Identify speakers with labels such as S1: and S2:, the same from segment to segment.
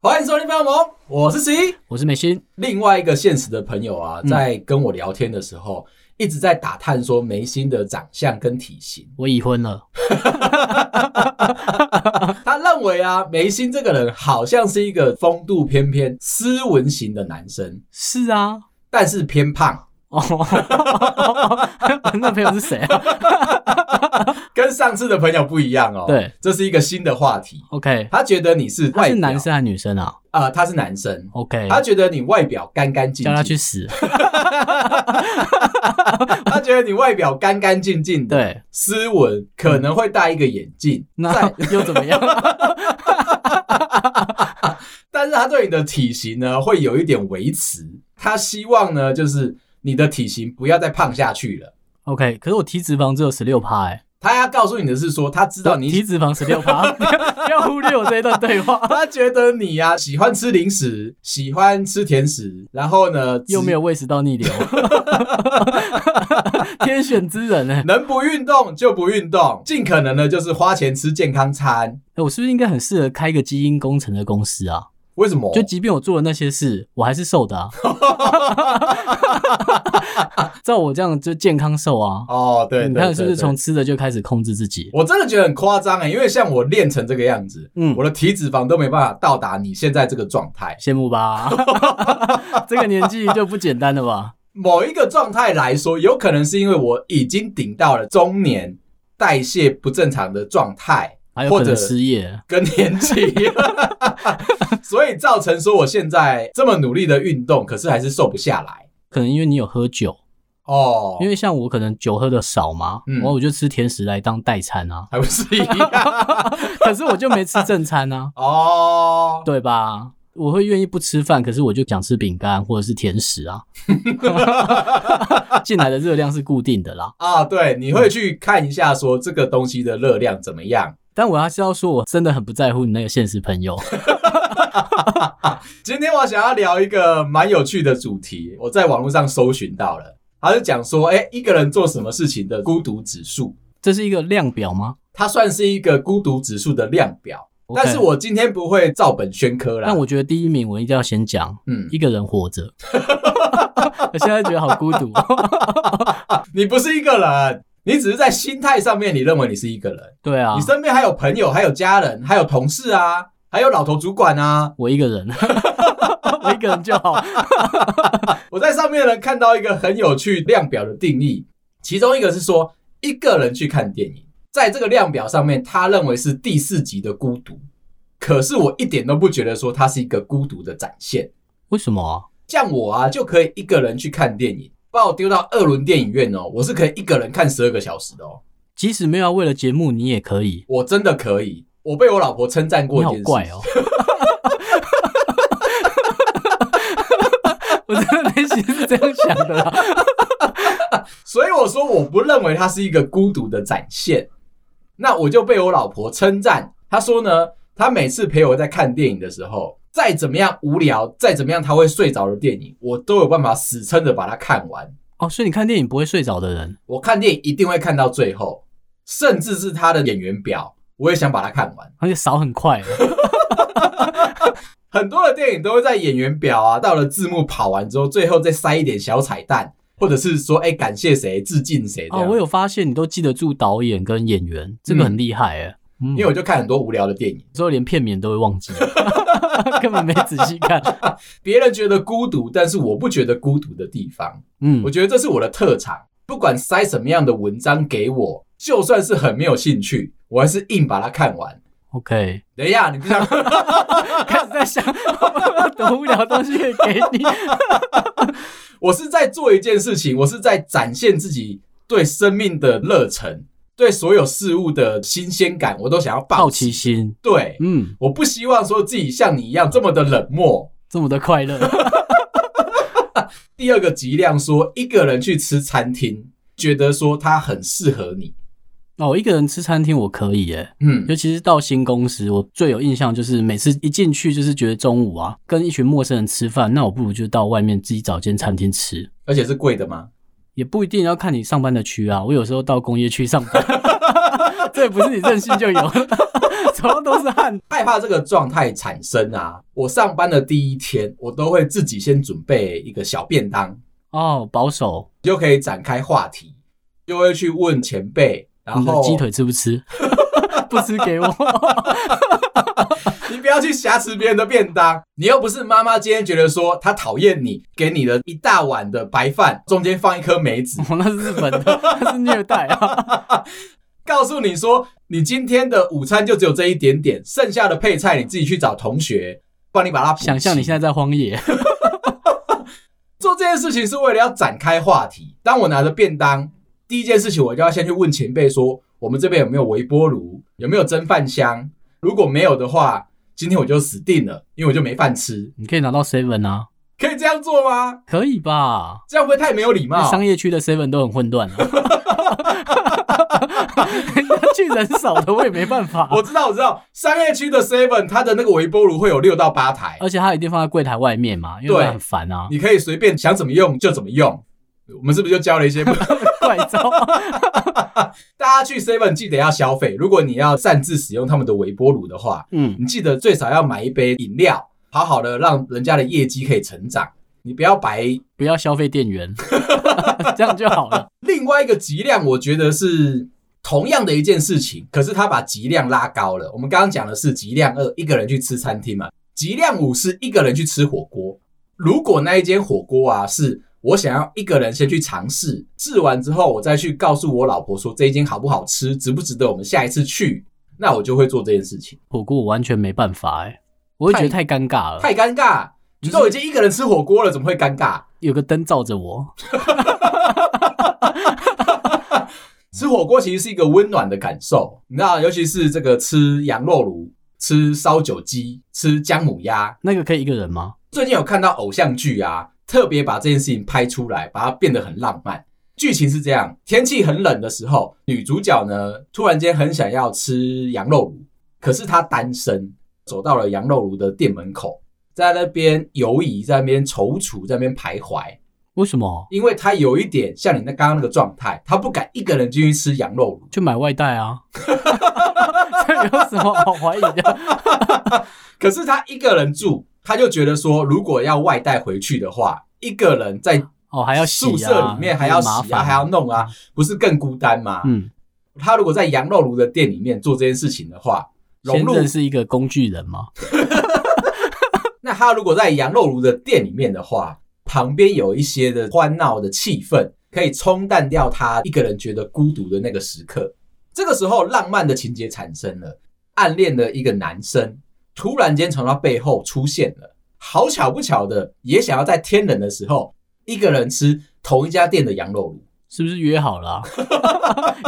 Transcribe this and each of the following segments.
S1: 欢迎收听《喵萌》，我是十一。
S2: 我是美心，
S1: 另外一个现实的朋友
S2: 嗯
S1: 啊，在跟我聊天的时候，一直在打探说眉心的长相跟体型。
S2: 我已婚了。
S1: 他认为啊，眉心这个人好像是一个风度翩翩、斯文型的男生，
S2: 是啊，
S1: 但是偏胖，
S2: 哦，那朋友是谁啊
S1: 跟上次的朋友不一样哦。
S2: 对，
S1: 这是一个新的话题。
S2: ？OK，
S1: 他觉得你是
S2: 他
S1: 外
S2: 是
S1: 表
S2: 男生还是女生啊
S1: 啊、他是男生，
S2: ？OK，
S1: 他觉得你外表干干净净，
S2: 叫他去死。
S1: 他觉得你外表干干净净的，
S2: 对，嗯
S1: 斯文，可能会戴一个眼镜，
S2: 那又怎么样？
S1: 但是他对你的体型呢，会有一点维持。他希望呢，就是你的体型不要再胖下去了。
S2: OK，可是我体脂肪只有十六趴，哎、
S1: 他要告诉你的是说，他知道你
S2: 体，脂肪十六趴， 不要不要忽略我这一段对话，
S1: 他觉得你呀、喜欢吃零食，喜欢吃甜食，然后呢
S2: 又没有胃食道 逆流，天选之人哎、
S1: 只能不运动就不运动，尽可能的就是花钱吃健康餐。
S2: 哎我是不是应该很适合开一个基因工程的公司啊？
S1: 为什么？
S2: 就即便我做了那些事，我还是瘦的啊。 照我这样就健康瘦啊。
S1: 哦，对，
S2: 你
S1: 对
S2: 看是不是？
S1: 对
S2: 从
S1: 对
S2: 吃的就开始控制自己？
S1: 我真的觉得很夸张哎，因为像我练成这个样子，
S2: 嗯
S1: 我的体脂肪都没办法到达你现在这个状态。
S2: 羡慕吧？ 这个年纪就不简单了吧？
S1: 某一个状态来说，有可能是因为我已经顶到了中年代谢不正常的状态
S2: 还有可
S1: 或者
S2: 能失业。
S1: 跟年纪，所以造成说我现在这么努力的运动，可是还是瘦不下来
S2: 可能因为你有喝酒，
S1: 哦，
S2: 因为像我可能酒喝的少嘛，
S1: 嗯，
S2: 然后我就吃甜食来当代餐啊
S1: 还不是一样
S2: 可是我就没吃正餐啊，
S1: 哦。
S2: 对吧？我会愿意不吃饭，可是我就想吃饼干或者是甜食啊， 进来的热量是固定的啦。
S1: 啊，对，你会去看一下说这个东西的热量怎么样。
S2: 但我要是要说，我真的很不在乎你那个现实 朋友。
S1: 今天我想要聊一个蛮有趣的主题，我在网络上搜寻到了，他就讲说，哎，一个人做什么事情的孤独指数。
S2: 这是一个量 表吗？
S1: 它算是一个孤独指数的量表。
S2: OK
S1: 但是我今天不会照本宣科啦。
S2: 但我觉得第一名我一定要先讲，
S1: 嗯，
S2: 一个人 活着。我现在觉得好孤独、哦
S1: 你不是一个人，你只是在心态上面，你认为你是一个人，
S2: 对啊
S1: 你，身边还有朋友，还有家人，还有同事啊，还有老头主管啊。
S2: 我一 个人，我一个人就好。
S1: 我在上面呢看到一个很有趣量表的定义，其中一个是说一个人去看电影，在这个量表上面，他认为是第四级的孤独。可是我一点都不觉得说它是一个孤独的展现。
S2: 为什么啊、
S1: 像我啊，就可以一个人去看电影，把我丢到二轮电影院哦，我是可以一个人看十二个小时的哦，
S2: 即使没有要为了节目，你也可以。
S1: 我真的可以。我被我老婆称赞过
S2: 你
S1: 一
S2: 好
S1: 件事，
S2: 怪哦。 我真的内心是这样想的啦。
S1: 所以我说我不认为它是一个孤独的展现。那我就被我老婆称赞，她说呢，她每次陪我在看电影的时候，再怎么样无聊，再怎么样她会睡着的电影，我都有办法死撑着把它看完。
S2: 哦，所以你看电影不会睡着的人，
S1: 我看电影一定会看到最后，甚至是她的演员表，我也想把它看完。
S2: 而且少很快。哦
S1: 很多的电影都会在演员表啊，到了字幕跑完之后，最后再塞一点小彩蛋，或者是说，哎、感谢谁，致敬谁这
S2: 哦，
S1: 样。
S2: 我有发现你都记得住导演跟演员，这个很厉害哎。嗯
S1: 因为我就看很多无聊的电影，
S2: 之后连片名都会忘 记，根本没仔细看。
S1: 别人觉得孤独，但是我不觉得孤独的地方，
S2: 嗯
S1: 我，觉得这是我的特长。不管塞什么样的文章给我，就算是很没有兴趣，我还是硬把它看完。
S2: OK，
S1: 等一下，你不想
S2: 开始在想多无聊的东西可以给你。
S1: 我是在做一件事情，我是在展现自己对生命的热忱，对所有事物的新鲜感，我都想要抱
S2: 好
S1: 持
S2: 奇心，
S1: 对，
S2: 嗯，
S1: 我不希望说自己像你一样这么的冷漠。
S2: 这么的快乐，
S1: 第二个极量说，一个人去吃餐厅，觉得说它很适合你，
S2: 哦，我一个人吃餐厅我可以耶，
S1: 嗯
S2: 尤其是到新公司，我最有印象就是每次一进去就是觉得中午啊，跟一群陌生人吃饭，那我不如就到外面自己找间餐厅吃，
S1: 而且是贵的吗？
S2: 也不一定要看你上班的区啊。我有时候到工业区上班， 这不是你任性就有， 手上都是汗。
S1: 害怕这个状态产生啊，我上班的第一天，我都会自己先准备一个小便当，
S2: 哦，保守，
S1: 就可以展开话题，就会去问前辈，然
S2: 你的
S1: 后
S2: 鸡，腿吃不吃？ 不吃给我。
S1: 你不要去挟持别人的便当，你又不是妈妈，今天觉得说她讨厌你，给你的一大碗的白饭，中间放一颗梅子，
S2: 哦，那是日本的，那是虐待 啊！
S1: 告诉你说你今天的午餐就只有这一点点，剩下的配菜你自己去找同学帮你把它补齐。
S2: 想象你现在在荒野，
S1: 做这件事情是为了要展开话题。当我拿着便当，第一件事情我就要先去问前辈说，我们这边有没有微波炉，有没有蒸饭箱？如果没有的话，今天我就死定了，因为我就没饭吃。
S2: 你可以拿到 seven 啊，
S1: 可以这样做吗？
S2: 可以吧？
S1: 这样会不会太没有礼貌？
S2: 商业区的 seven 都很混乱啊。 人家去人少的，我也没办法。
S1: 我知道，我知道，商业区的 Seven 它的那个微波炉会有六到八台，
S2: 而且他一定放在柜台外面嘛，因为
S1: 对
S2: 那很烦啊，
S1: 你可以随便想怎么用就怎么用。我们是不是就教了一些不
S2: 怪 招。
S1: 大家去 Seven 记得要消费。如果你要擅自使用他们的微波炉的话，
S2: 嗯，
S1: 你记得最少要买一杯饮料，好好的让人家的业绩可以成长。你不要白。
S2: 不要消费 店员，这样就好了。
S1: 另外一个极量，我觉得是同样的一件事情，可是他把极量拉高了。我们刚刚讲的是极量二，一个人去吃餐厅嘛；极量五是一个人去吃火锅。如果那一间火锅啊，是我想要一个人先去尝试，试完之后我再去告诉我老婆说这一间好不好吃，值不值得我们下一次去，那我就会做这件事情。
S2: 火锅我完全没办法哎、我会觉得太尴尬了。
S1: 太尴尬，你都已经一个人吃火锅了，怎么会尴尬？
S2: 有个灯照着我，
S1: 吃火锅其实是一个温暖的感受，你知道，尤其是这个吃羊肉炉、吃烧酒鸡、吃姜母鸭。
S2: 那个可以一个人吗？
S1: 最近有看到偶像剧啊，特别把这件事情拍出来，把它变得很浪漫。剧情是这样：天气很冷的时候，女主角呢突然间很想要吃羊肉炉，可是她单身，走到了羊肉炉的店门口，在那边犹疑，在那边踌躇，在那边徘徊。
S2: 为什么？
S1: 因为他有一点像你那刚刚那个状态，他不敢一个人进去吃羊肉炉。
S2: 就买外 带啊？这有什么好怀疑的？
S1: 可是他一个人住，他就觉得说，如果要外带回去的话，一个人在
S2: 哦，还要洗啊
S1: 宿舍里面还要洗
S2: 麻
S1: 啊，
S2: 烦
S1: 还要弄啊，不是更孤单吗？
S2: 嗯，
S1: 他如果在羊肉炉的店里面做这件事情的话，融
S2: 先
S1: 入
S2: 认识一个工具人嘛。
S1: 那他如果在羊肉炉的店里面的话，旁边有一些的欢闹的气氛，可以冲淡掉他一个人觉得孤独的那个时刻。这个时候，浪漫的情节产生了，暗恋的一个男生突然间从他背后出现了，好巧不巧的，也想要在天冷的时候一个人吃同一家店的羊肉炉。
S2: 是不是约 好了啊、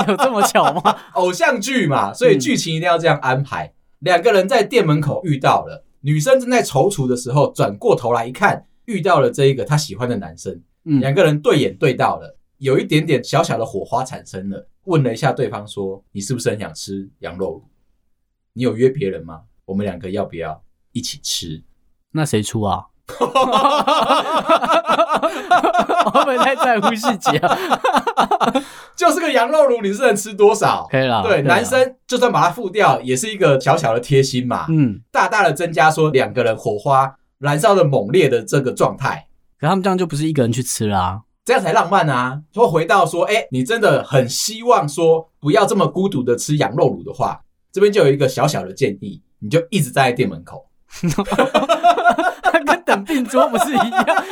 S2: 有这么巧吗？
S1: 偶像剧嘛，所以
S2: 嗯
S1: 剧情一定要这样安排。两个人在店门口遇到了，女生正在踌躇的时候，转过头来一看，遇到了这一个她喜欢的男生，
S2: 嗯，
S1: 两个人对眼对到了，有一点点小小的火花产生了。问了一下对方说：“你是不是很想吃羊肉炉？你有约别人吗？我们两个要不要一起吃
S2: 那谁 出啊？我会不会太在乎细节 啊？？”
S1: 就是个羊肉炉，你是能吃多少？
S2: 可以啦，
S1: 对，
S2: 啊
S1: 男，生就算把它付掉，也是一个小小的贴心嘛。
S2: 嗯，
S1: 大大的增加说两个人火花燃烧的猛烈的这个状态，
S2: 可他们这样就不是一个人去吃啦、
S1: 这样才浪漫啊！说回到说，哎、你真的很希望说不要这么孤独的吃羊肉卤的话，这边就有一个小小的建议，你就一直站在店门口，
S2: 跟等病桌不是一样？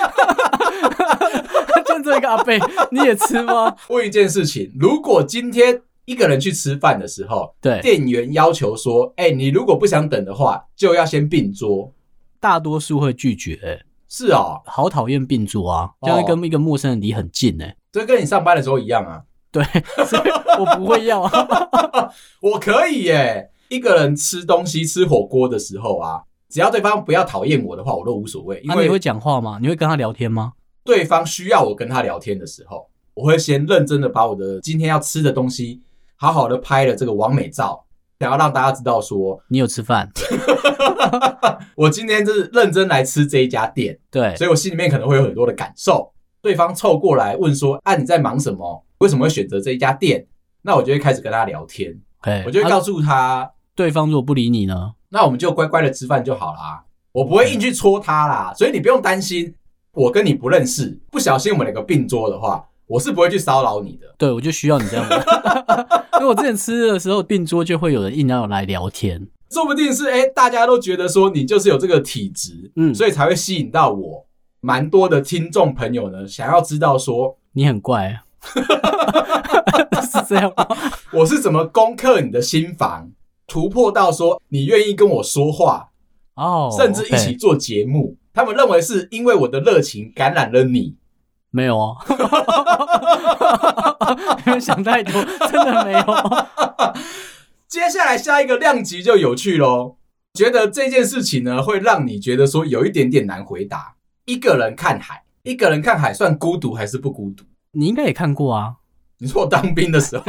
S2: 就这个阿贝，你也吃吗？
S1: 问一件事情：如果今天一个人去吃饭的时候，
S2: 对，
S1: 店员要求说，哎、你如果不想等的话，就要先并桌。
S2: 大多数会拒绝、
S1: 是哦，
S2: 好讨厌并桌啊，
S1: 哦
S2: 这样会跟一个陌生人离很近哎、
S1: 这跟你上班的时候一样啊。
S2: 对，所以我不会要 啊。
S1: 我可以耶，一个人吃东西吃火锅的时候啊，只要对方不要讨厌我的话，我都无所谓，因
S2: 那、啊你会
S1: 为
S2: 讲话吗？你会跟他聊天吗？
S1: 对方需要我跟他聊天的时候，我会先认真的把我的今天要吃的东西好好的拍了这个完美照，想要让大家知道说，
S2: 你有吃饭，
S1: 我今天就是认真来吃这一家店，
S2: 对，
S1: 所以我心里面可能会有很多的感受。对方凑过来问说：“啊，你在忙什么？为什么会选择这一家店？”那我就会开始跟他聊天，
S2: 哎，
S1: 我就会
S2: 啊
S1: 告诉他，
S2: 对方如果不理你呢，
S1: 那我们就乖乖的吃饭就好啦，我不会硬去戳他啦，所以你不用担心，我跟你不认识，不小心我们两个并桌的话，我是不会去骚扰你的。
S2: 对我就需要你这样 的。因为我之前吃的时候，并桌就会有人硬要来聊天，
S1: 说不定是哎、诶大家都觉得说你就是有这个体质，
S2: 嗯，
S1: 所以才会吸引到我蛮多的听众朋友呢，想要知道说
S2: 你很 怪，啊是这样吗？
S1: 我是怎么攻克你的心房，突破到说你愿意跟我说话，
S2: 哦，
S1: 甚至一起
S2: OK
S1: 做节目。他们认为是因为我的热情感染了你，
S2: 没有哦，没有 想太多，真的没有。
S1: 接下来下一个量级就有趣喽。觉得这件事情呢，会让你觉得说有一点点难回答。一个人看海，一个人看海算孤独还是不孤独？
S2: 你应该也看过啊，
S1: 你说我当兵的时候，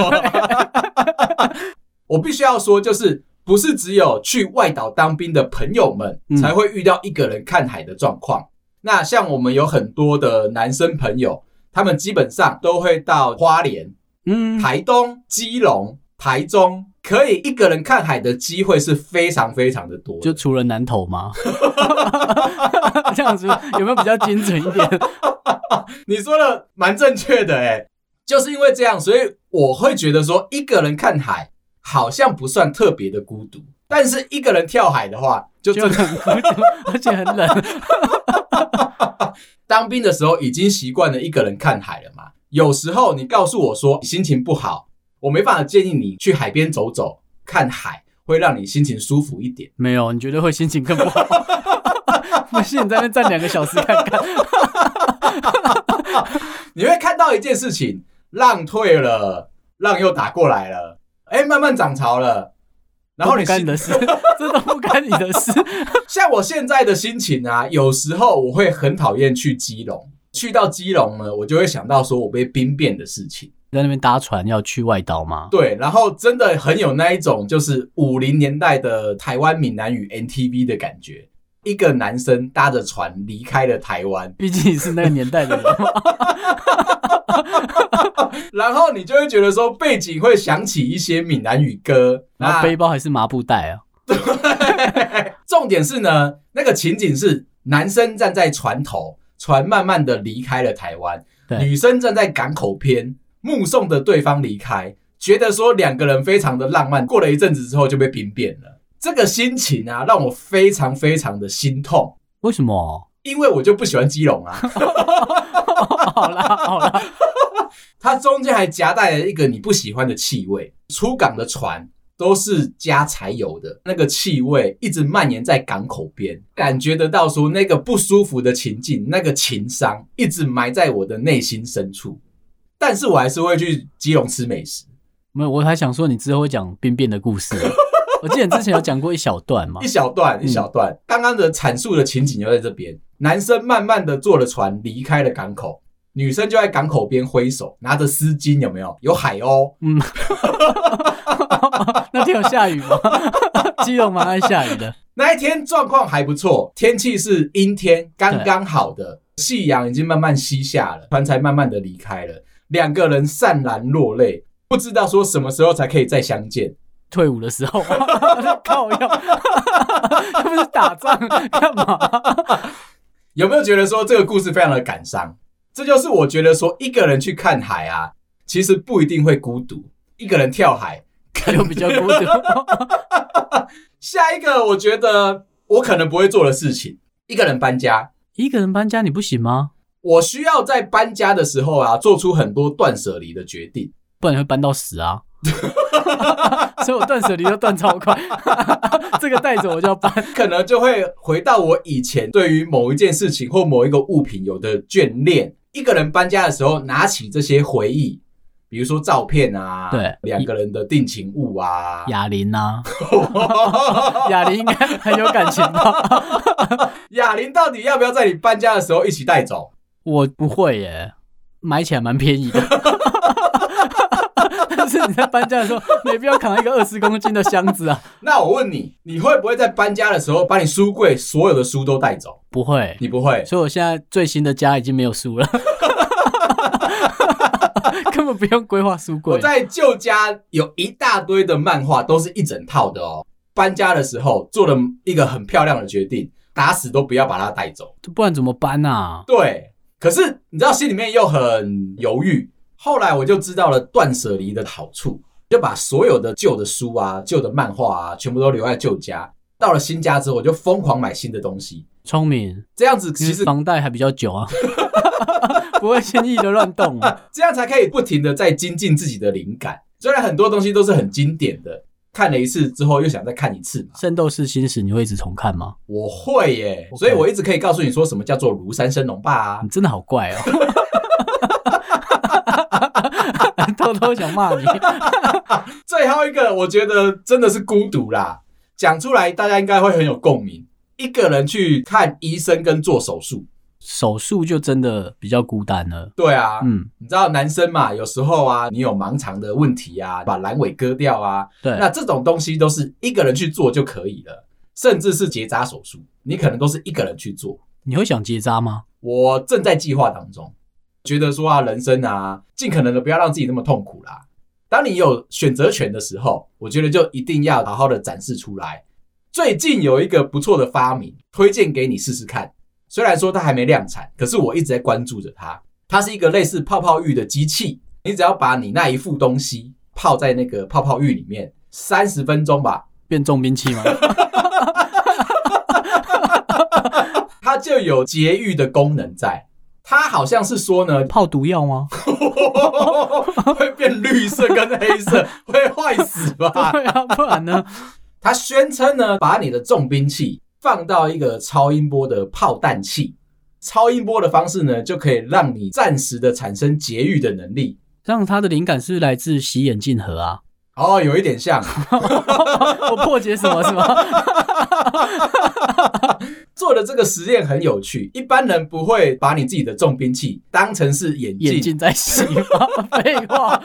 S1: 我必须要说，就是不是只有去外岛当兵的朋友们
S2: 嗯
S1: 才会遇到一个人看海的状况。那像我们有很多的男生朋友，他们基本上都会到花莲、
S2: 嗯，
S1: 台东、基隆、台中，可以一个人看海的机会是非常非常的多的
S2: 就除了南投吗？ 这样子有没有比较精准一点？
S1: 你说的蛮正确的、欸，就是因为这样，所以我会觉得说，一个人看海好像不算特别的孤独，但是一个人跳海的话，就
S2: 就
S1: 真的
S2: 很孤独，而且很冷。
S1: 当兵的时候已经习惯了一个人看海了嘛。有时候你告诉我说你心情不好，我没办法建议你去海边走走，看海会让你心情舒服一点。
S2: 没有，你绝对会心情更不好。 不信你在那边站两个小时看看。
S1: 你会看到一件事情：浪退了，浪又打过来了，哎、慢慢涨潮了，然后
S2: 都
S1: 你
S2: 不干你
S1: 心
S2: 的事， 这都不干你的事。
S1: 像我现在的心情啊，有时候我会很讨厌去基隆。去到基隆呢，我就会想到说我被兵变的事情。
S2: 在那边搭船要去外岛吗？
S1: 对，然后真的很有那一种就是五零年代的台湾闽南语 NTV 的感觉。一个男生搭着船离开了台湾，
S2: 毕竟你是那个年代的人嘛。
S1: 然后你就会觉得说背景会响起一些闽南语歌，
S2: 然后
S1: 那
S2: 背包还是麻布袋啊。
S1: 重点是呢，那个情景是男生站在船头，船慢慢的离开了台湾，
S2: 对
S1: 女生站在港口边，目送着对方离开，觉得说两个人非常的浪漫。过了一阵子之后就被兵变了，这个心情啊，让我非常非常的心痛，
S2: 为什么？啊
S1: 因为我就不喜欢基隆啊，
S2: 好啦好啦，
S1: 它中间还夹带了一个你不喜欢的气味。出港的船都是加柴油的，那个气味一直蔓延在港口边，感觉得到说那个不舒服的情境，那个情伤一直埋在我的内心深处。但是我还是会去基隆吃美食，
S2: 没有，我还想说你之后会讲便便的 故事。我记得你之前有讲过一小段嘛
S1: 一。小段
S2: 嗯
S1: 一小段。刚刚的阐述的情景就在这边，男生慢慢的坐了船离开了港口，女生就在港口边挥手，拿着丝巾，有没有？有海哦鸥，
S2: 嗯，那天有下雨吗？ 基隆蛮爱下雨的。
S1: 那一天状况还不错，天气是阴天，刚刚好的，夕阳已经慢慢西下了，船才慢慢的离开了，两个人潸然落泪，不知道说什么时候才可以再相见。
S2: 退伍的时候， 靠 要，他不是打仗干嘛？
S1: 有没有觉得说这个故事非常的感伤？这就是我觉得说一个人去看海啊，其实不一定会孤独，一个人跳海。
S2: 就比较 孤独。
S1: 下一个我觉得我可能不会做的事情，一个人搬家。
S2: 一个人搬家你不行吗？
S1: 我需要在搬家的时候啊，做出很多断舍离的决定。
S2: 不然你会搬到死啊！ 所以我断舍离就断超快， 这个带着我就 要搬。
S1: 可能就会回到我以前对于某一件事情或某一个物品有的眷恋。一个人搬家的时候，拿起这些回忆，比如说照片啊，
S2: 对
S1: 两个人的定情物啊，
S2: 哑铃啊，哑铃应该很有感情吧？
S1: 哑铃到底要不要在你搬家的时候一起带走？
S2: 我不会耶，买起来蛮便宜的。 但是你在搬家的时候，没必要扛一个二十公斤的箱子啊。
S1: 那我问你，你会不会在搬家的时候把你书柜所有的书都带走？
S2: 不会，
S1: 你不会，
S2: 所以我现在最新的家已经没有书了， 根本不用规划书
S1: 我
S2: 柜。
S1: 在旧家有一大堆的漫画，都是一整套的哦。搬家的时候做了一个很漂亮的决定，打死都不要把它带走。
S2: 不然怎么搬啊？
S1: 对，可是你知道心里面又很犹豫。后来我就知道了断舍离的好处，就把所有的旧的书啊、旧的漫画啊，全部都留在旧家。到了新家之后，我就疯狂买新的东西。
S2: 聪明，
S1: 这样子其
S2: 其实
S1: 实
S2: 房贷还比较久啊， 不会轻易的乱动啊。
S1: 这样才可以不停的在精进自己的灵感。虽然很多东西都是很经典的，看了一次之后又想再看一次嘛。
S2: 《圣斗士星矢》你会一直重看吗？
S1: 我会耶
S2: OK
S1: 所以我一直可以告诉你说什么叫做庐山升龙霸啊
S2: 你。真的好怪哦！ 偷偷想骂你，
S1: 最后一个，我觉得真的是孤独啦，讲出来大家应该会很有共鸣。一个人去看医生跟做手术，
S2: 手术就真的比较孤单了。
S1: 对啊，
S2: 嗯，
S1: 你知道男生嘛，有时候啊，你有盲肠的问题啊，把阑尾割掉啊，
S2: 对，
S1: 那这种东西都是一个人去做就可以了，甚至是结扎手术，你可能都是一个人去做。
S2: 你会想结扎吗？
S1: 我正在计划当中，觉得说啊，人生啊，尽可能的不要让自己那么痛苦啦。当你有选择权的时候，我觉得就一定要好好的展示出来。最近有一个不错的发明，推荐给你试试看。虽然说它还没量产，可是我一直在关注着它。它是一个类似泡泡浴的机器，你只要把你那一副东西泡在那个泡泡浴里面，三十分钟吧，
S2: 变重 兵器吗？
S1: 它就有节育的功能在。它好像是说呢，
S2: 泡毒药吗？
S1: 会变绿色跟黑色，会坏死吧？
S2: 对啊，不然呢？
S1: 他宣称呢，把你的重兵器放到一个超音波的炮弹器，超音波的方式呢，就可以让你暂时的产生节育的能力。
S2: 让他的灵感是来自洗眼镜盒 啊！
S1: 哦，有一点像
S2: 我破解什么是吗？
S1: 做的这个实验很有趣，一般人不会把你自己的重兵器当成是眼
S2: 眼
S1: 镜，
S2: 镜在洗吗？ 废话，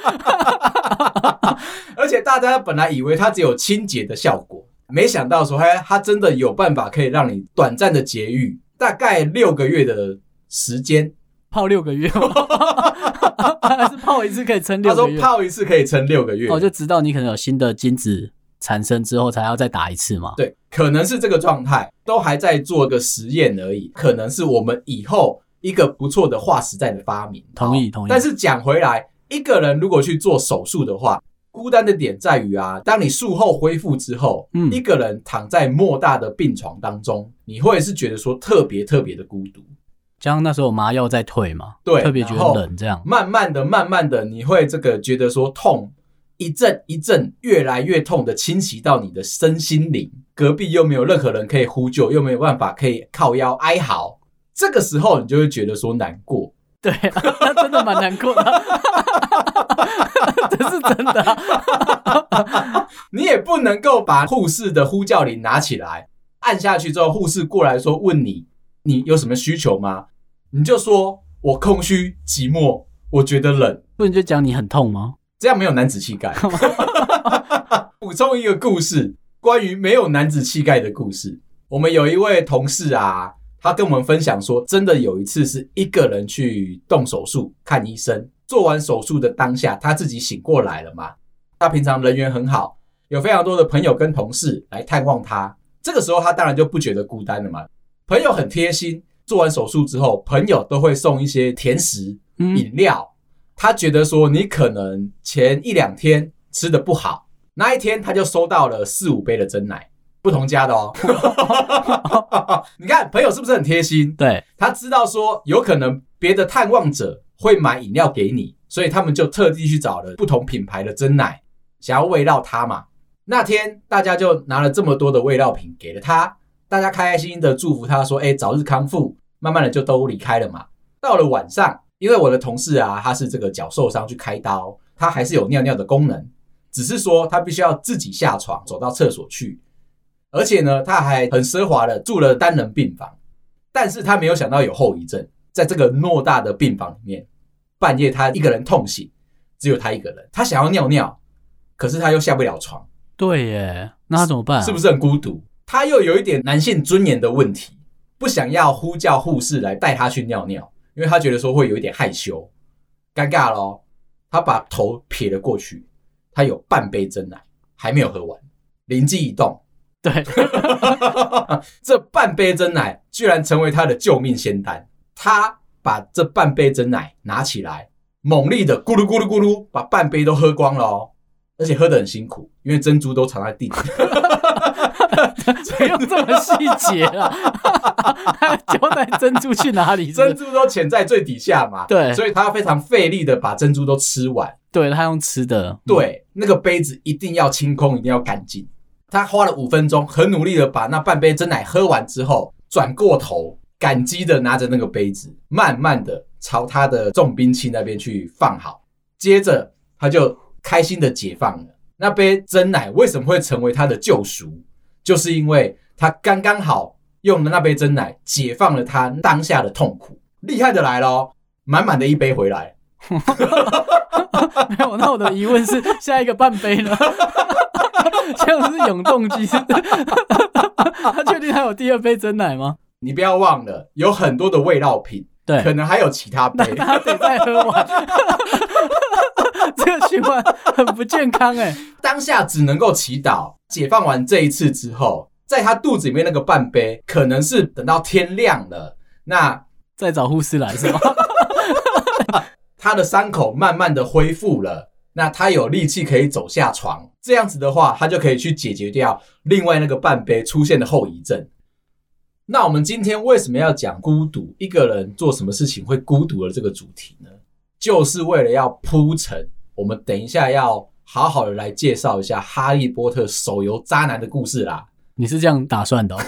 S1: 而且大家本来以为它只有清洁的效果，没想到说，哎，它真的有办法可以让你短暂的节育，大概六个月的时间，
S2: 泡六个月吗？ 还是泡一次可以撑
S1: 他
S2: 六
S1: 说
S2: 个月？
S1: 泡一次可以撑六个月，
S2: 哦，就直到你可能有新的精子产生之后，才要再打一次嘛。
S1: 对，可能是这个状态，都还在做个实验而已，可能是我们以后一个不错的划时代的发明。
S2: 同意
S1: 好
S2: 同意
S1: 但是讲回来，一个人如果去做手术的话，孤单的点在于啊，当你术后恢复之后，
S2: 嗯
S1: 一个人躺在莫大的病床当中，你会是觉得说特别特别的孤独。
S2: 加上那时候麻药在退嘛，
S1: 对
S2: 特别觉
S1: 然后
S2: 得冷这样。
S1: 慢慢的、慢慢的，你会这个觉得说痛一阵一阵越来越痛的侵袭到你的身心灵，隔壁又没有任何人可以呼救，又没有办法可以靠腰哀嚎，这个时候你就会觉得说难过。
S2: 对、 啊，那真的蛮难过的， 这是真的啊、
S1: 你也不能够把护士的呼叫铃拿起来按下去之后，护士过来说问你你有什么需求吗？你就说我空虚寂寞，我觉得冷，
S2: 不然就讲你很痛吗？
S1: 这样没有男子气概。 补充一个故事，关于没有男子气概的故事。我们有一位同事啊，他跟我们分享说，真的有一次是一个人去动手术看医生，做完手术的当下，他自己醒过来了嘛。他平常人缘很好，有非常多的朋友跟同事来探望他。这个时候，他当然就不觉得孤单了嘛。朋友很贴心，做完手术之后，朋友都会送一些甜食
S2: 嗯，
S1: 饮料，他觉得说你可能前一两天吃的不好，那一天他就收到了四五杯的真奶，不同家的哦。 你看朋友是不是很贴心？
S2: 对，
S1: 他知道说有可能别的探望者会买饮料给你，所以他们就特地去找了不同品牌的真奶，想要慰劳他嘛。那天大家就拿了这么多的慰劳品给了他，大家开开心心的祝福他说：“哎、早日康复。”慢慢的就都离开了嘛。到了晚上，因为我的同事啊，他是这个脚受伤去开刀，他还是有尿尿的功能，只是说他必须要自己下床走到厕所去，而且呢，他还很奢华的住了单人病房。但是他没有想到有后遗症，在这个偌大的病房里面，半夜他一个人痛醒，只有他一个人，他想要尿尿，可是他又下不了床，
S2: 对耶，那他怎么办、啊
S1: 是不？是很孤独？他又有一点男性尊严的问题，不想要呼叫护士来带他去尿尿，因为他觉得说会有一点害羞，尴尬咯。他把头撇了过去，他有半杯真奶还没有喝完，灵机一动，
S2: 对，
S1: 这半杯真奶居然成为他的救命仙丹。他把这半杯真奶拿起来，猛力的咕噜咕噜咕噜，把半杯都喝光了哦，而且喝得很辛苦，因为珍珠都藏在地里。
S2: 不用这么细节啊， 还要交代珍珠去哪里是不是
S1: 珍珠都潜在最底下嘛，
S2: 对
S1: 所以他非常费力的把珍珠都吃完。
S2: 对他用吃的，
S1: 对，那个杯子一定要清空，一定要干净。他花了五分钟，很努力的把那半杯真奶喝完之后，转过头，感激的拿着那个杯子，慢慢的朝他的重兵器那边去放好。接着他就开心的解放了。那杯真奶为什么会成为他的救赎？就是因为他刚刚好用了那杯真奶，解放了他当下的痛苦。厉害的来喽，满满的一杯回来，
S2: 没有，那我的疑问是，下一个半杯呢？ 这样是永动机，是他确定他有第二杯真奶吗？
S1: 你不要忘了，有很多的味道品，可
S2: 对，
S1: 能还有其他
S2: 那
S1: 杯。
S2: 他得再喝完， 这个循环很不健康哎、
S1: 当下只能够祈祷，解放完这一次之后，在他肚子里面那个半杯，可能是等到天亮了，那
S2: 再找护士来是吗？
S1: 他的伤口慢慢的恢复了，那他有力气可以走下床。这样子的话，他就可以去解决掉另外那个半杯出现的后遗症。那我们今天为什么要讲孤独？一个人做什么事情会孤独的这个主题呢？就是为了要铺陈，我们等一下要好好的来介绍一下《哈利波特》手游渣男的故事啦。
S2: 你是这样打算的、哦？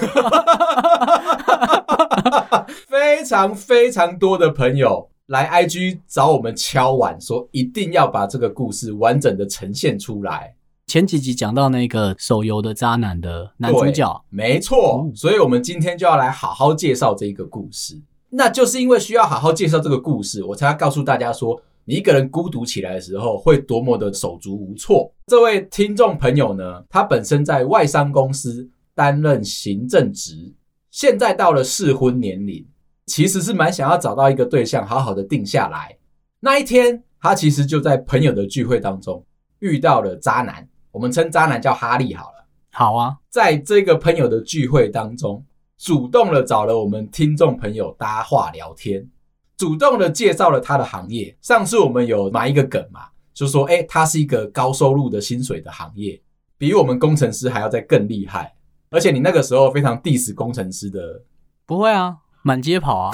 S1: 非常非常多的朋友来 IG 找我们敲碗，说一定要把这个故事完整的呈现出来。
S2: 前几集讲到那个手游的渣男的男主角，
S1: 没错
S2: 哦，
S1: 所以我们今天就要来好好介绍这一个故事。那就是因为需要好好介绍这个故事，我才要告诉大家说，你一个人孤独起来的时候会多么的手足无措。这位听众朋友呢，他本身在外商公司担任行政职，现在到了适婚年龄，其实是蛮想要找到一个对象，好好的定下来。那一天，他其实就在朋友的聚会当中遇到了渣男，我们称渣男叫哈利好了。
S2: 好啊，
S1: 在这个朋友的聚会当中，主动的找了我们听众朋友搭话聊天，主动的介绍了他的行业。上次我们有埋一个梗嘛，就说诶，他是一个高收入的薪水的行业，比我们工程师还要再更厉害。而且你那个时候非常 diss 工程师的
S2: 不会啊，满街跑 啊，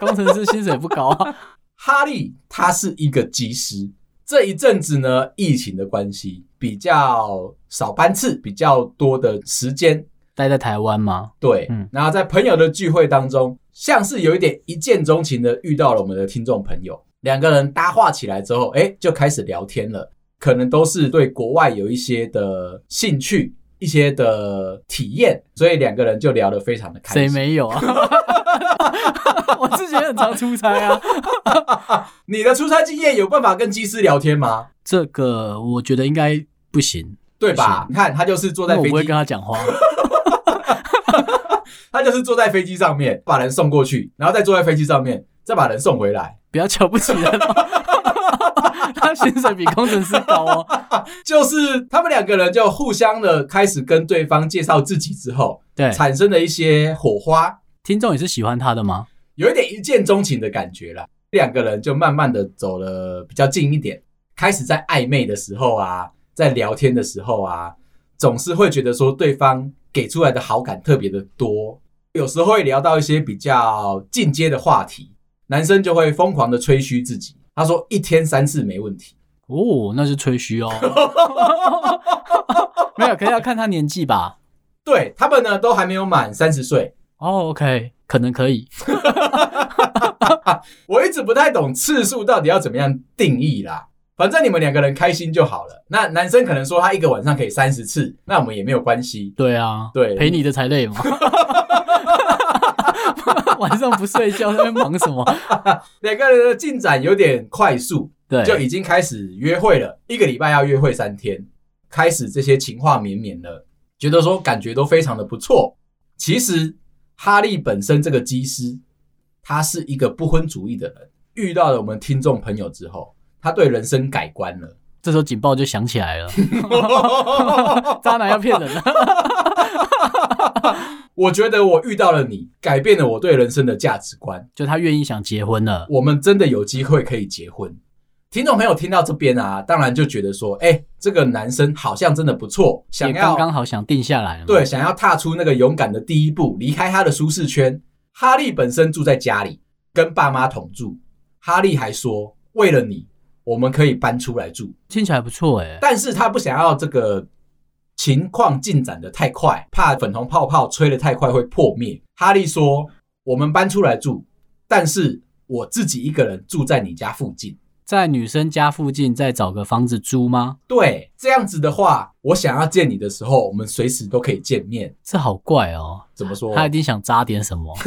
S2: 工程师薪水不高啊，
S1: 哈利，他是一个技师。这一阵子呢，疫情的关系比较少班次，比较多的时间
S2: 待在台湾吗？
S1: 对，
S2: 嗯
S1: 然后在朋友的聚会当中，像是有一点一见钟情的遇到了我们的听众朋友，两个人搭话起来之后，哎，就开始聊天了，可能都是对国外有一些的兴趣。一些的体验，所以两个人就聊得非常的开
S2: 谁
S1: 心。
S2: 没有啊？ 我之前很常出差啊。
S1: 你的出差经验有办法跟机师聊天吗？
S2: 这个我觉得应该不行，
S1: 对吧？你看他就是坐
S2: 因
S1: 在
S2: 为哦我
S1: 飞
S2: 不会
S1: 机
S2: 跟，他讲话。
S1: 他就是坐在飞机上面把人送过去，然后再坐在飞机上面再把人送回来。
S2: 不要瞧不起人哦， 他薪水比工程师高哦。
S1: 就是他们两个人就互相的开始跟对方介绍自己之后，
S2: 对，
S1: 产生了一些火花，
S2: 听众也是喜欢他的吗？
S1: 有一点一见钟情的感觉啦。两个人就慢慢的走了比较近一点，开始在暧昧的时候啊，在聊天的时候啊，总是会觉得说对方给出来的好感特别的多，有时候会聊到一些比较进阶的话题，男生就会疯狂的吹嘘自己，他说一天三次没问题，
S2: 哦，那是吹嘘哦。 没有，可是要看他年纪吧。
S1: 对他们呢都还没有满三十岁，
S2: 哦，OK，可能可以。
S1: 我一直不太懂次数到底要怎么样定义啦。反正你们两个人开心就好了。那男生可能说他一个晚上可以三十次，那我们也没有关系。
S2: 对啊，
S1: 对
S2: 陪你的才累嘛。 晚上不睡觉，在那边忙什么？
S1: 两个人的进展有点快速，
S2: 对，
S1: 就已经开始约会了，一个礼拜要约会三天，开始这些情话绵绵了，觉得说感觉都非常的不错。其实哈利本身这个机师，他是一个不婚主义的人，遇到了我们听众朋友之后，他对人生改观了。
S2: 这时候警报就响起来了，渣男要骗人了。
S1: 我觉得我遇到了你，改变了我对人生的价值观。
S2: 就他愿意想结婚了，
S1: 我们真的有机会可以结婚。听众朋友听到这边啊，当然就觉得说，哎、这个男生好像真的不错，想
S2: 也
S1: 要
S2: 刚刚好想定下来了。
S1: 对，，想要踏出那个勇敢的第一步，离开他的舒适圈。哈利本身住在家里，跟爸妈同住。哈利还说，为了你，我们可以搬出来住。
S2: 听起来不错哎。
S1: 但是他不想要这个情况进展的太快，怕粉红泡泡吹得太快会破灭。哈利说：“我们搬出来住，但是我自己一个人住在你家附近。
S2: 在女生家附近再找个房子租吗？
S1: 对，这样子的话，我想要见你的时候，我们随时都可以见面。
S2: 这好怪哦，
S1: 怎么说？
S2: 他一定想扎点什么。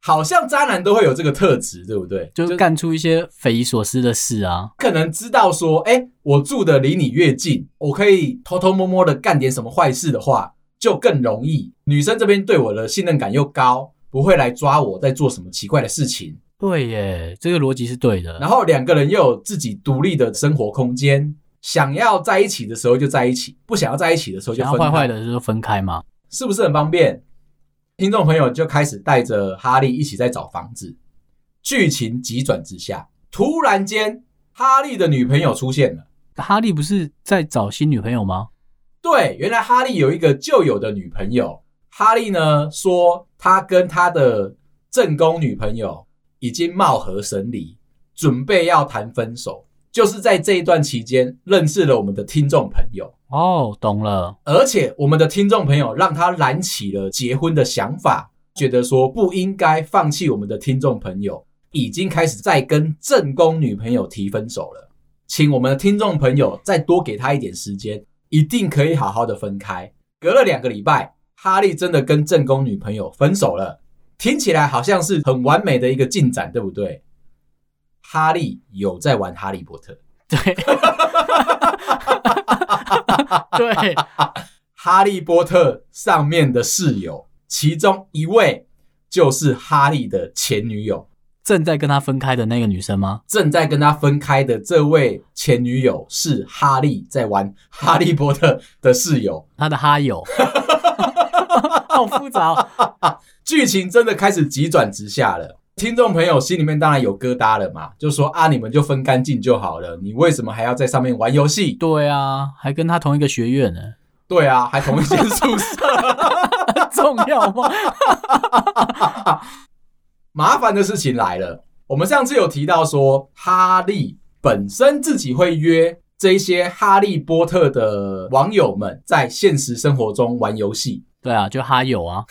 S1: 好像渣男都会有这个特质，对不对？
S2: 就干出一些匪夷所思的事啊。
S1: 可能知道说，哎、我住的离你越近，我可以偷偷摸摸的干点什么坏事的话，就更容易。女生这边对我的信任感又高，不会来抓我在做什么奇怪的事情。
S2: 对耶，这个逻辑是对的。
S1: 然后两个人又有自己独立的生活空间，想要在一起的时候就在一起，不想要在一起的时候就
S2: 然
S1: 分
S2: 后坏
S1: 开
S2: 坏，的就分开嘛。
S1: 是不是很方便？听众朋友就开始带着哈利一起在找房子。剧情急转直下，突然间，哈利的女朋友出现了。
S2: 哈利不是在找新女朋友吗？
S1: 对，原来哈利有一个旧有的女朋友。哈利呢说，他跟他的正宫女朋友已经貌合神离，准备要谈分手。就是在这一段期间，认识了我们的听众朋友，
S2: 哦，懂了，
S1: 而且我们的听众朋友让他燃起了结婚的想法，觉得说不应该放弃我们的听众朋友，已经开始在跟正宫女朋友提分手了。请我们的听众朋友再多给他一点时间，一定可以好好的分开。隔了两个礼拜，哈利真的跟正宫女朋友分手了，听起来好像是很完美的一个进展，对不对？哈利有在玩《哈利波特》。
S2: 对，对，
S1: 《哈利波特》上面的室友，其中一位就是哈利的前女友，
S2: 正在跟他分开的那个女生吗？
S1: 正在跟他分开的这位前女友是哈利在玩《 哈利波特》的室友。
S2: 他的哈友， 好复杂哦、
S1: 剧情真的开始急转直下了。听众朋友心里面当然有疙瘩了嘛，就说啊，你们就分干净就好了，你为什么还要在上面玩游戏？
S2: 对啊，还跟他同一个学院呢，
S1: 对啊，还同一间宿舍。
S2: 重要吗？
S1: 麻烦的事情来了。我们上次有提到说，哈利本身自己会约这些哈利波特的网友们在现实生活中玩游戏。
S2: 对啊，就哈友啊，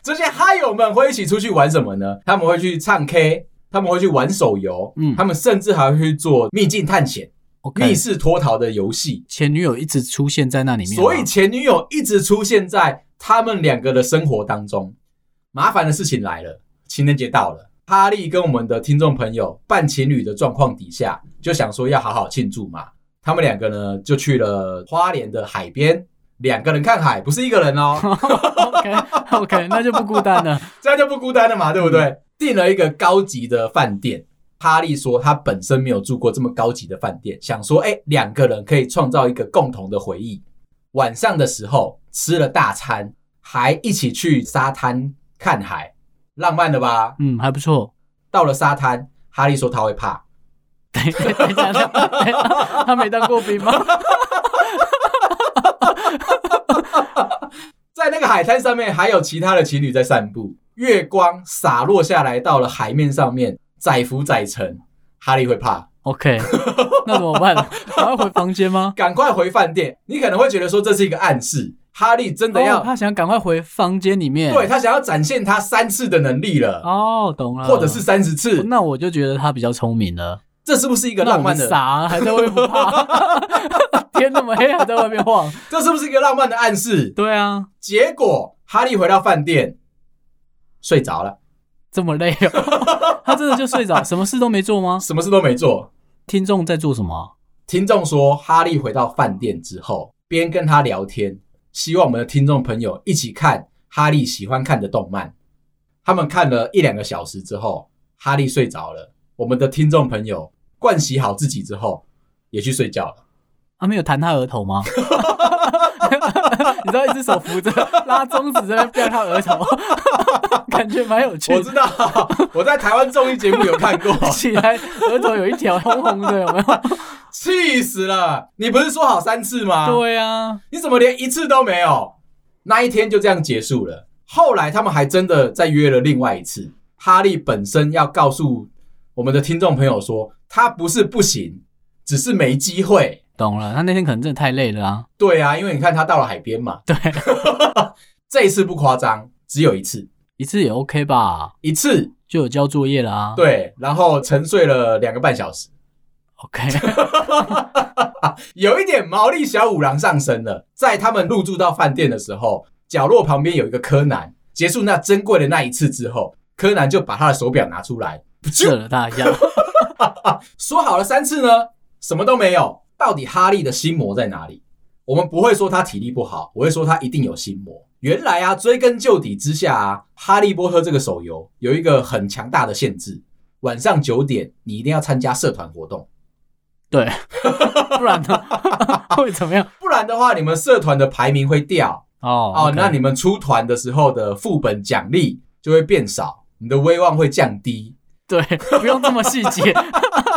S1: 这些哈友们会一起出去玩什么呢？他们会去唱 K，他们会去玩手游，
S2: 嗯
S1: 他们甚至还会去做秘境探险、
S2: 我看
S1: 密室脱逃的游戏。
S2: 前女友一直出现在那里面啊，
S1: 所 以前女友一直出现在他们两个的生活当中。麻烦的事情来了，情人节到了，哈利跟我们的听众朋友办情侣的状况底下，就想说要好好庆祝嘛。他们两个呢就去了花莲的海边，两个人看海，不是一个人 哦，
S2: OK OK，那就不孤单了。
S1: 这样就不孤单了嘛，对不对？订了一个高级的饭店。哈利说他本身没有住过这么高级的饭店，想说，哎、两个人可以创造一个共同的回忆。晚上的时候吃了大餐，还一起去沙滩看海，浪漫了吧？
S2: 嗯，还不错。
S1: 到了沙滩，哈利说他会怕，
S2: 等一下，等一下，等一下他没当过兵吗？
S1: 在那个海滩上面还有其他的情侣在散步，月光洒落下来，到了海面上面，载浮载沉，哈利会怕。
S2: OK，那怎么办？赶快回房间吗？
S1: 赶快回饭店。你可能会觉得说这是一个暗示，哈利真的要、
S2: 哦他想赶快回房间里面。
S1: 对他想要展现他三次的能力了，
S2: 哦，懂了。
S1: 或者是三十次，
S2: 那我就觉得他比较聪明了。
S1: 这是不是一个
S2: 那
S1: 浪
S2: 我
S1: 漫
S2: 们
S1: 的？
S2: 傻啊，还在外面不怕，天那么黑还在外面晃。
S1: 这是不是一个浪漫的暗示？
S2: 对啊，
S1: 结果哈利回到饭店睡着了，
S2: 这么累哦，他真的就睡着，什么事都没做吗？
S1: 什么事都没做。
S2: 听众在做什么啊、
S1: 听众说，哈利回到饭店之后，边跟他聊天，希望我们的听众朋友一起看哈利喜欢看的动漫。他们看了一两个小时之后，哈利睡着了。我们的听众朋友盥洗好自己之后，也去睡觉了。
S2: 他、啊没有弹他额头吗？ 你知道一只手扶着，拉中指在那边飙他额头， 感觉蛮有趣
S1: 我
S2: 的。
S1: 知道， 我在台湾综艺节目有看过，
S2: 起来额头有一条红红的，有没
S1: 啊
S2: 有？
S1: 气死了！你不是说好三次吗？
S2: 对啊，
S1: 你怎么连一次都没有？那一天就这样结束了。后来他们还真的再约了另外一次。哈利本身要告诉我们的听众朋友说，他不是不行，只是没机会。
S2: 懂了。他那天可能真的太累了啊。
S1: 对啊，因为你看他到了海边嘛。
S2: 对，
S1: 这一次不夸张，只有一次，
S2: 一次也 OK 吧，
S1: 一次
S2: 就有交作业了啊。
S1: 对，然后沉睡了两个半小时，
S2: ，OK，
S1: 有一点毛利小五郎上身了。在他们入住到饭店的时候，角落旁边有一个柯南。结束那珍贵的那一次之后，柯南就把他的手表拿出来，
S2: 射了大家。
S1: 说好了三次呢，什么都没有。到底哈利的心魔在哪里？我们不会说他体力不好，我会说他一定有心魔。原来啊，追根究底之下啊，《哈利波特》这个手游有一个很强大的限制，晚上九点你一定要参加社团活动，
S2: 对，不然呢 会怎么样？
S1: 不然的话你们社团的排名会掉
S2: 哦
S1: 哦。
S2: OK
S1: 那你们出团的时候的副本奖励就会变少，你的威望会降低。
S2: 对不用这么细节。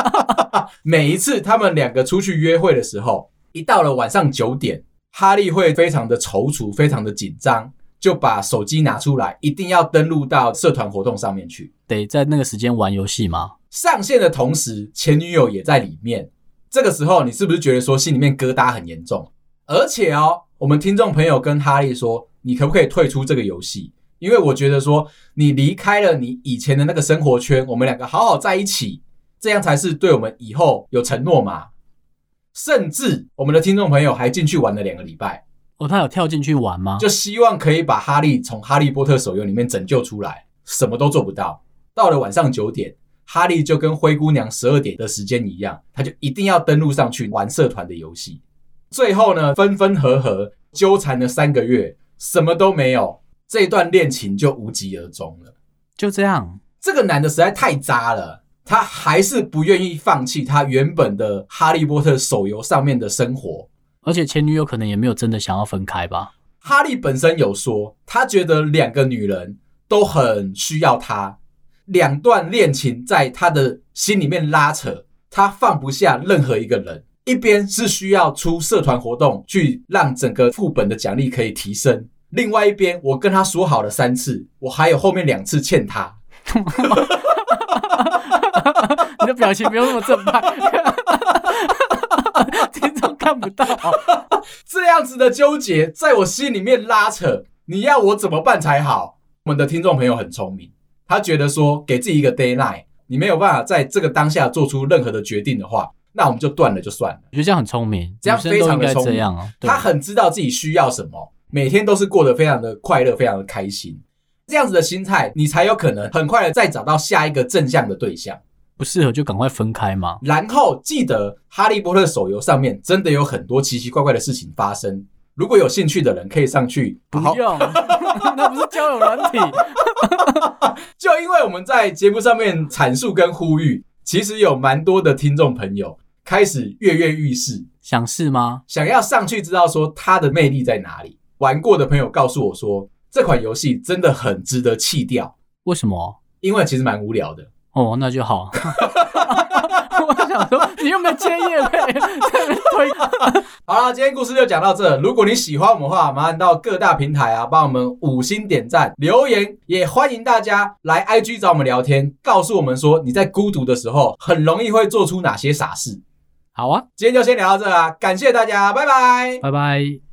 S1: 每一次他们两个出去约会的时候，一到了晚上九点，哈利会非常的踌躇，非常的紧张，就把手机拿出来，一定要登录到社团活动上面去。
S2: 得在那个时间玩游戏吗？
S1: 上线的同时，前女友也在里面。这个时候，你是不是觉得说心里面疙瘩很严重？而且哦，我们听众朋友跟哈利说，你可不可以退出这个游戏？因为我觉得说，你离开了你以前的那个生活圈，我们两个好好在一起，这样才是对我们以后有承诺嘛。甚至我们的听众朋友还进去玩了两个礼拜，
S2: 哦，他有跳进去玩吗？
S1: 就希望可以把哈利从《哈利波特》手游里面拯救出来，什么都做不到。到了晚上九点，哈利就跟灰姑娘十二点的时间一样，他就一定要登录上去玩社团的游戏。最后呢，分分合合纠缠了三个月，什么都没有，这段恋情就无疾而终了。
S2: 就这样。
S1: 这个男的实在太渣了，他还是不愿意放弃他原本的《哈利波特》手游上面的生活。
S2: 而且前女友可能也没有真的想要分开吧。
S1: 哈利本身有说，他觉得两个女人都很需要他，两段恋情在他的心里面拉扯，他放不下任何一个人。一边是需要出社团活动去让整个副本的奖励可以提升，另外一边我跟他说好了三次，我还有后面两次欠他，
S2: 你的表情不用那么正派， 听众看不到。
S1: 这样子的纠结在我心里面拉扯，你要我怎么办才好？我们的听众朋友很聪明，他觉得说给自己一个 day line，你没有办法在这个当下做出任何的决定的话，那我们就断了就算了。
S2: 我觉得这样很聪明，
S1: 这样
S2: 女生都应该这样啊。对
S1: 他很知道自己需要什么，每天都是过得非常的快乐，非常的开心。这样子的心态，你才有可能很快的再找到下一个正向的对象。
S2: 不适合就赶快分开嘛。
S1: 然后记得《哈利波特》手游上面真的有很多奇奇怪怪的事情发生。如果有兴趣的人，可以上去
S2: 不
S1: 好好
S2: 用， 那不是交友软体。
S1: 就因为我们在节目上面阐述跟呼吁，其实有蛮多的听众朋友开始跃跃欲试，
S2: 想试吗？
S1: 想要上去知道说它的魅力在哪里。玩过的朋友告诉我说，这款游戏真的很值得弃掉，
S2: 为什么？
S1: 因为其实蛮无聊的。
S2: 哦，那就好。 我想说，你又没接业配，在那边推
S1: 好啦，今天故事就讲到这。如果你喜欢我们的话，麻烦到各大平台啊，帮我们五星点赞、留言，也欢迎大家来 IG 找我们聊天，告诉我们说你在孤独的时候很容易会做出哪些傻事。
S2: 好啊，
S1: 今天就先聊到这啦，感谢大家，拜拜。
S2: 拜拜。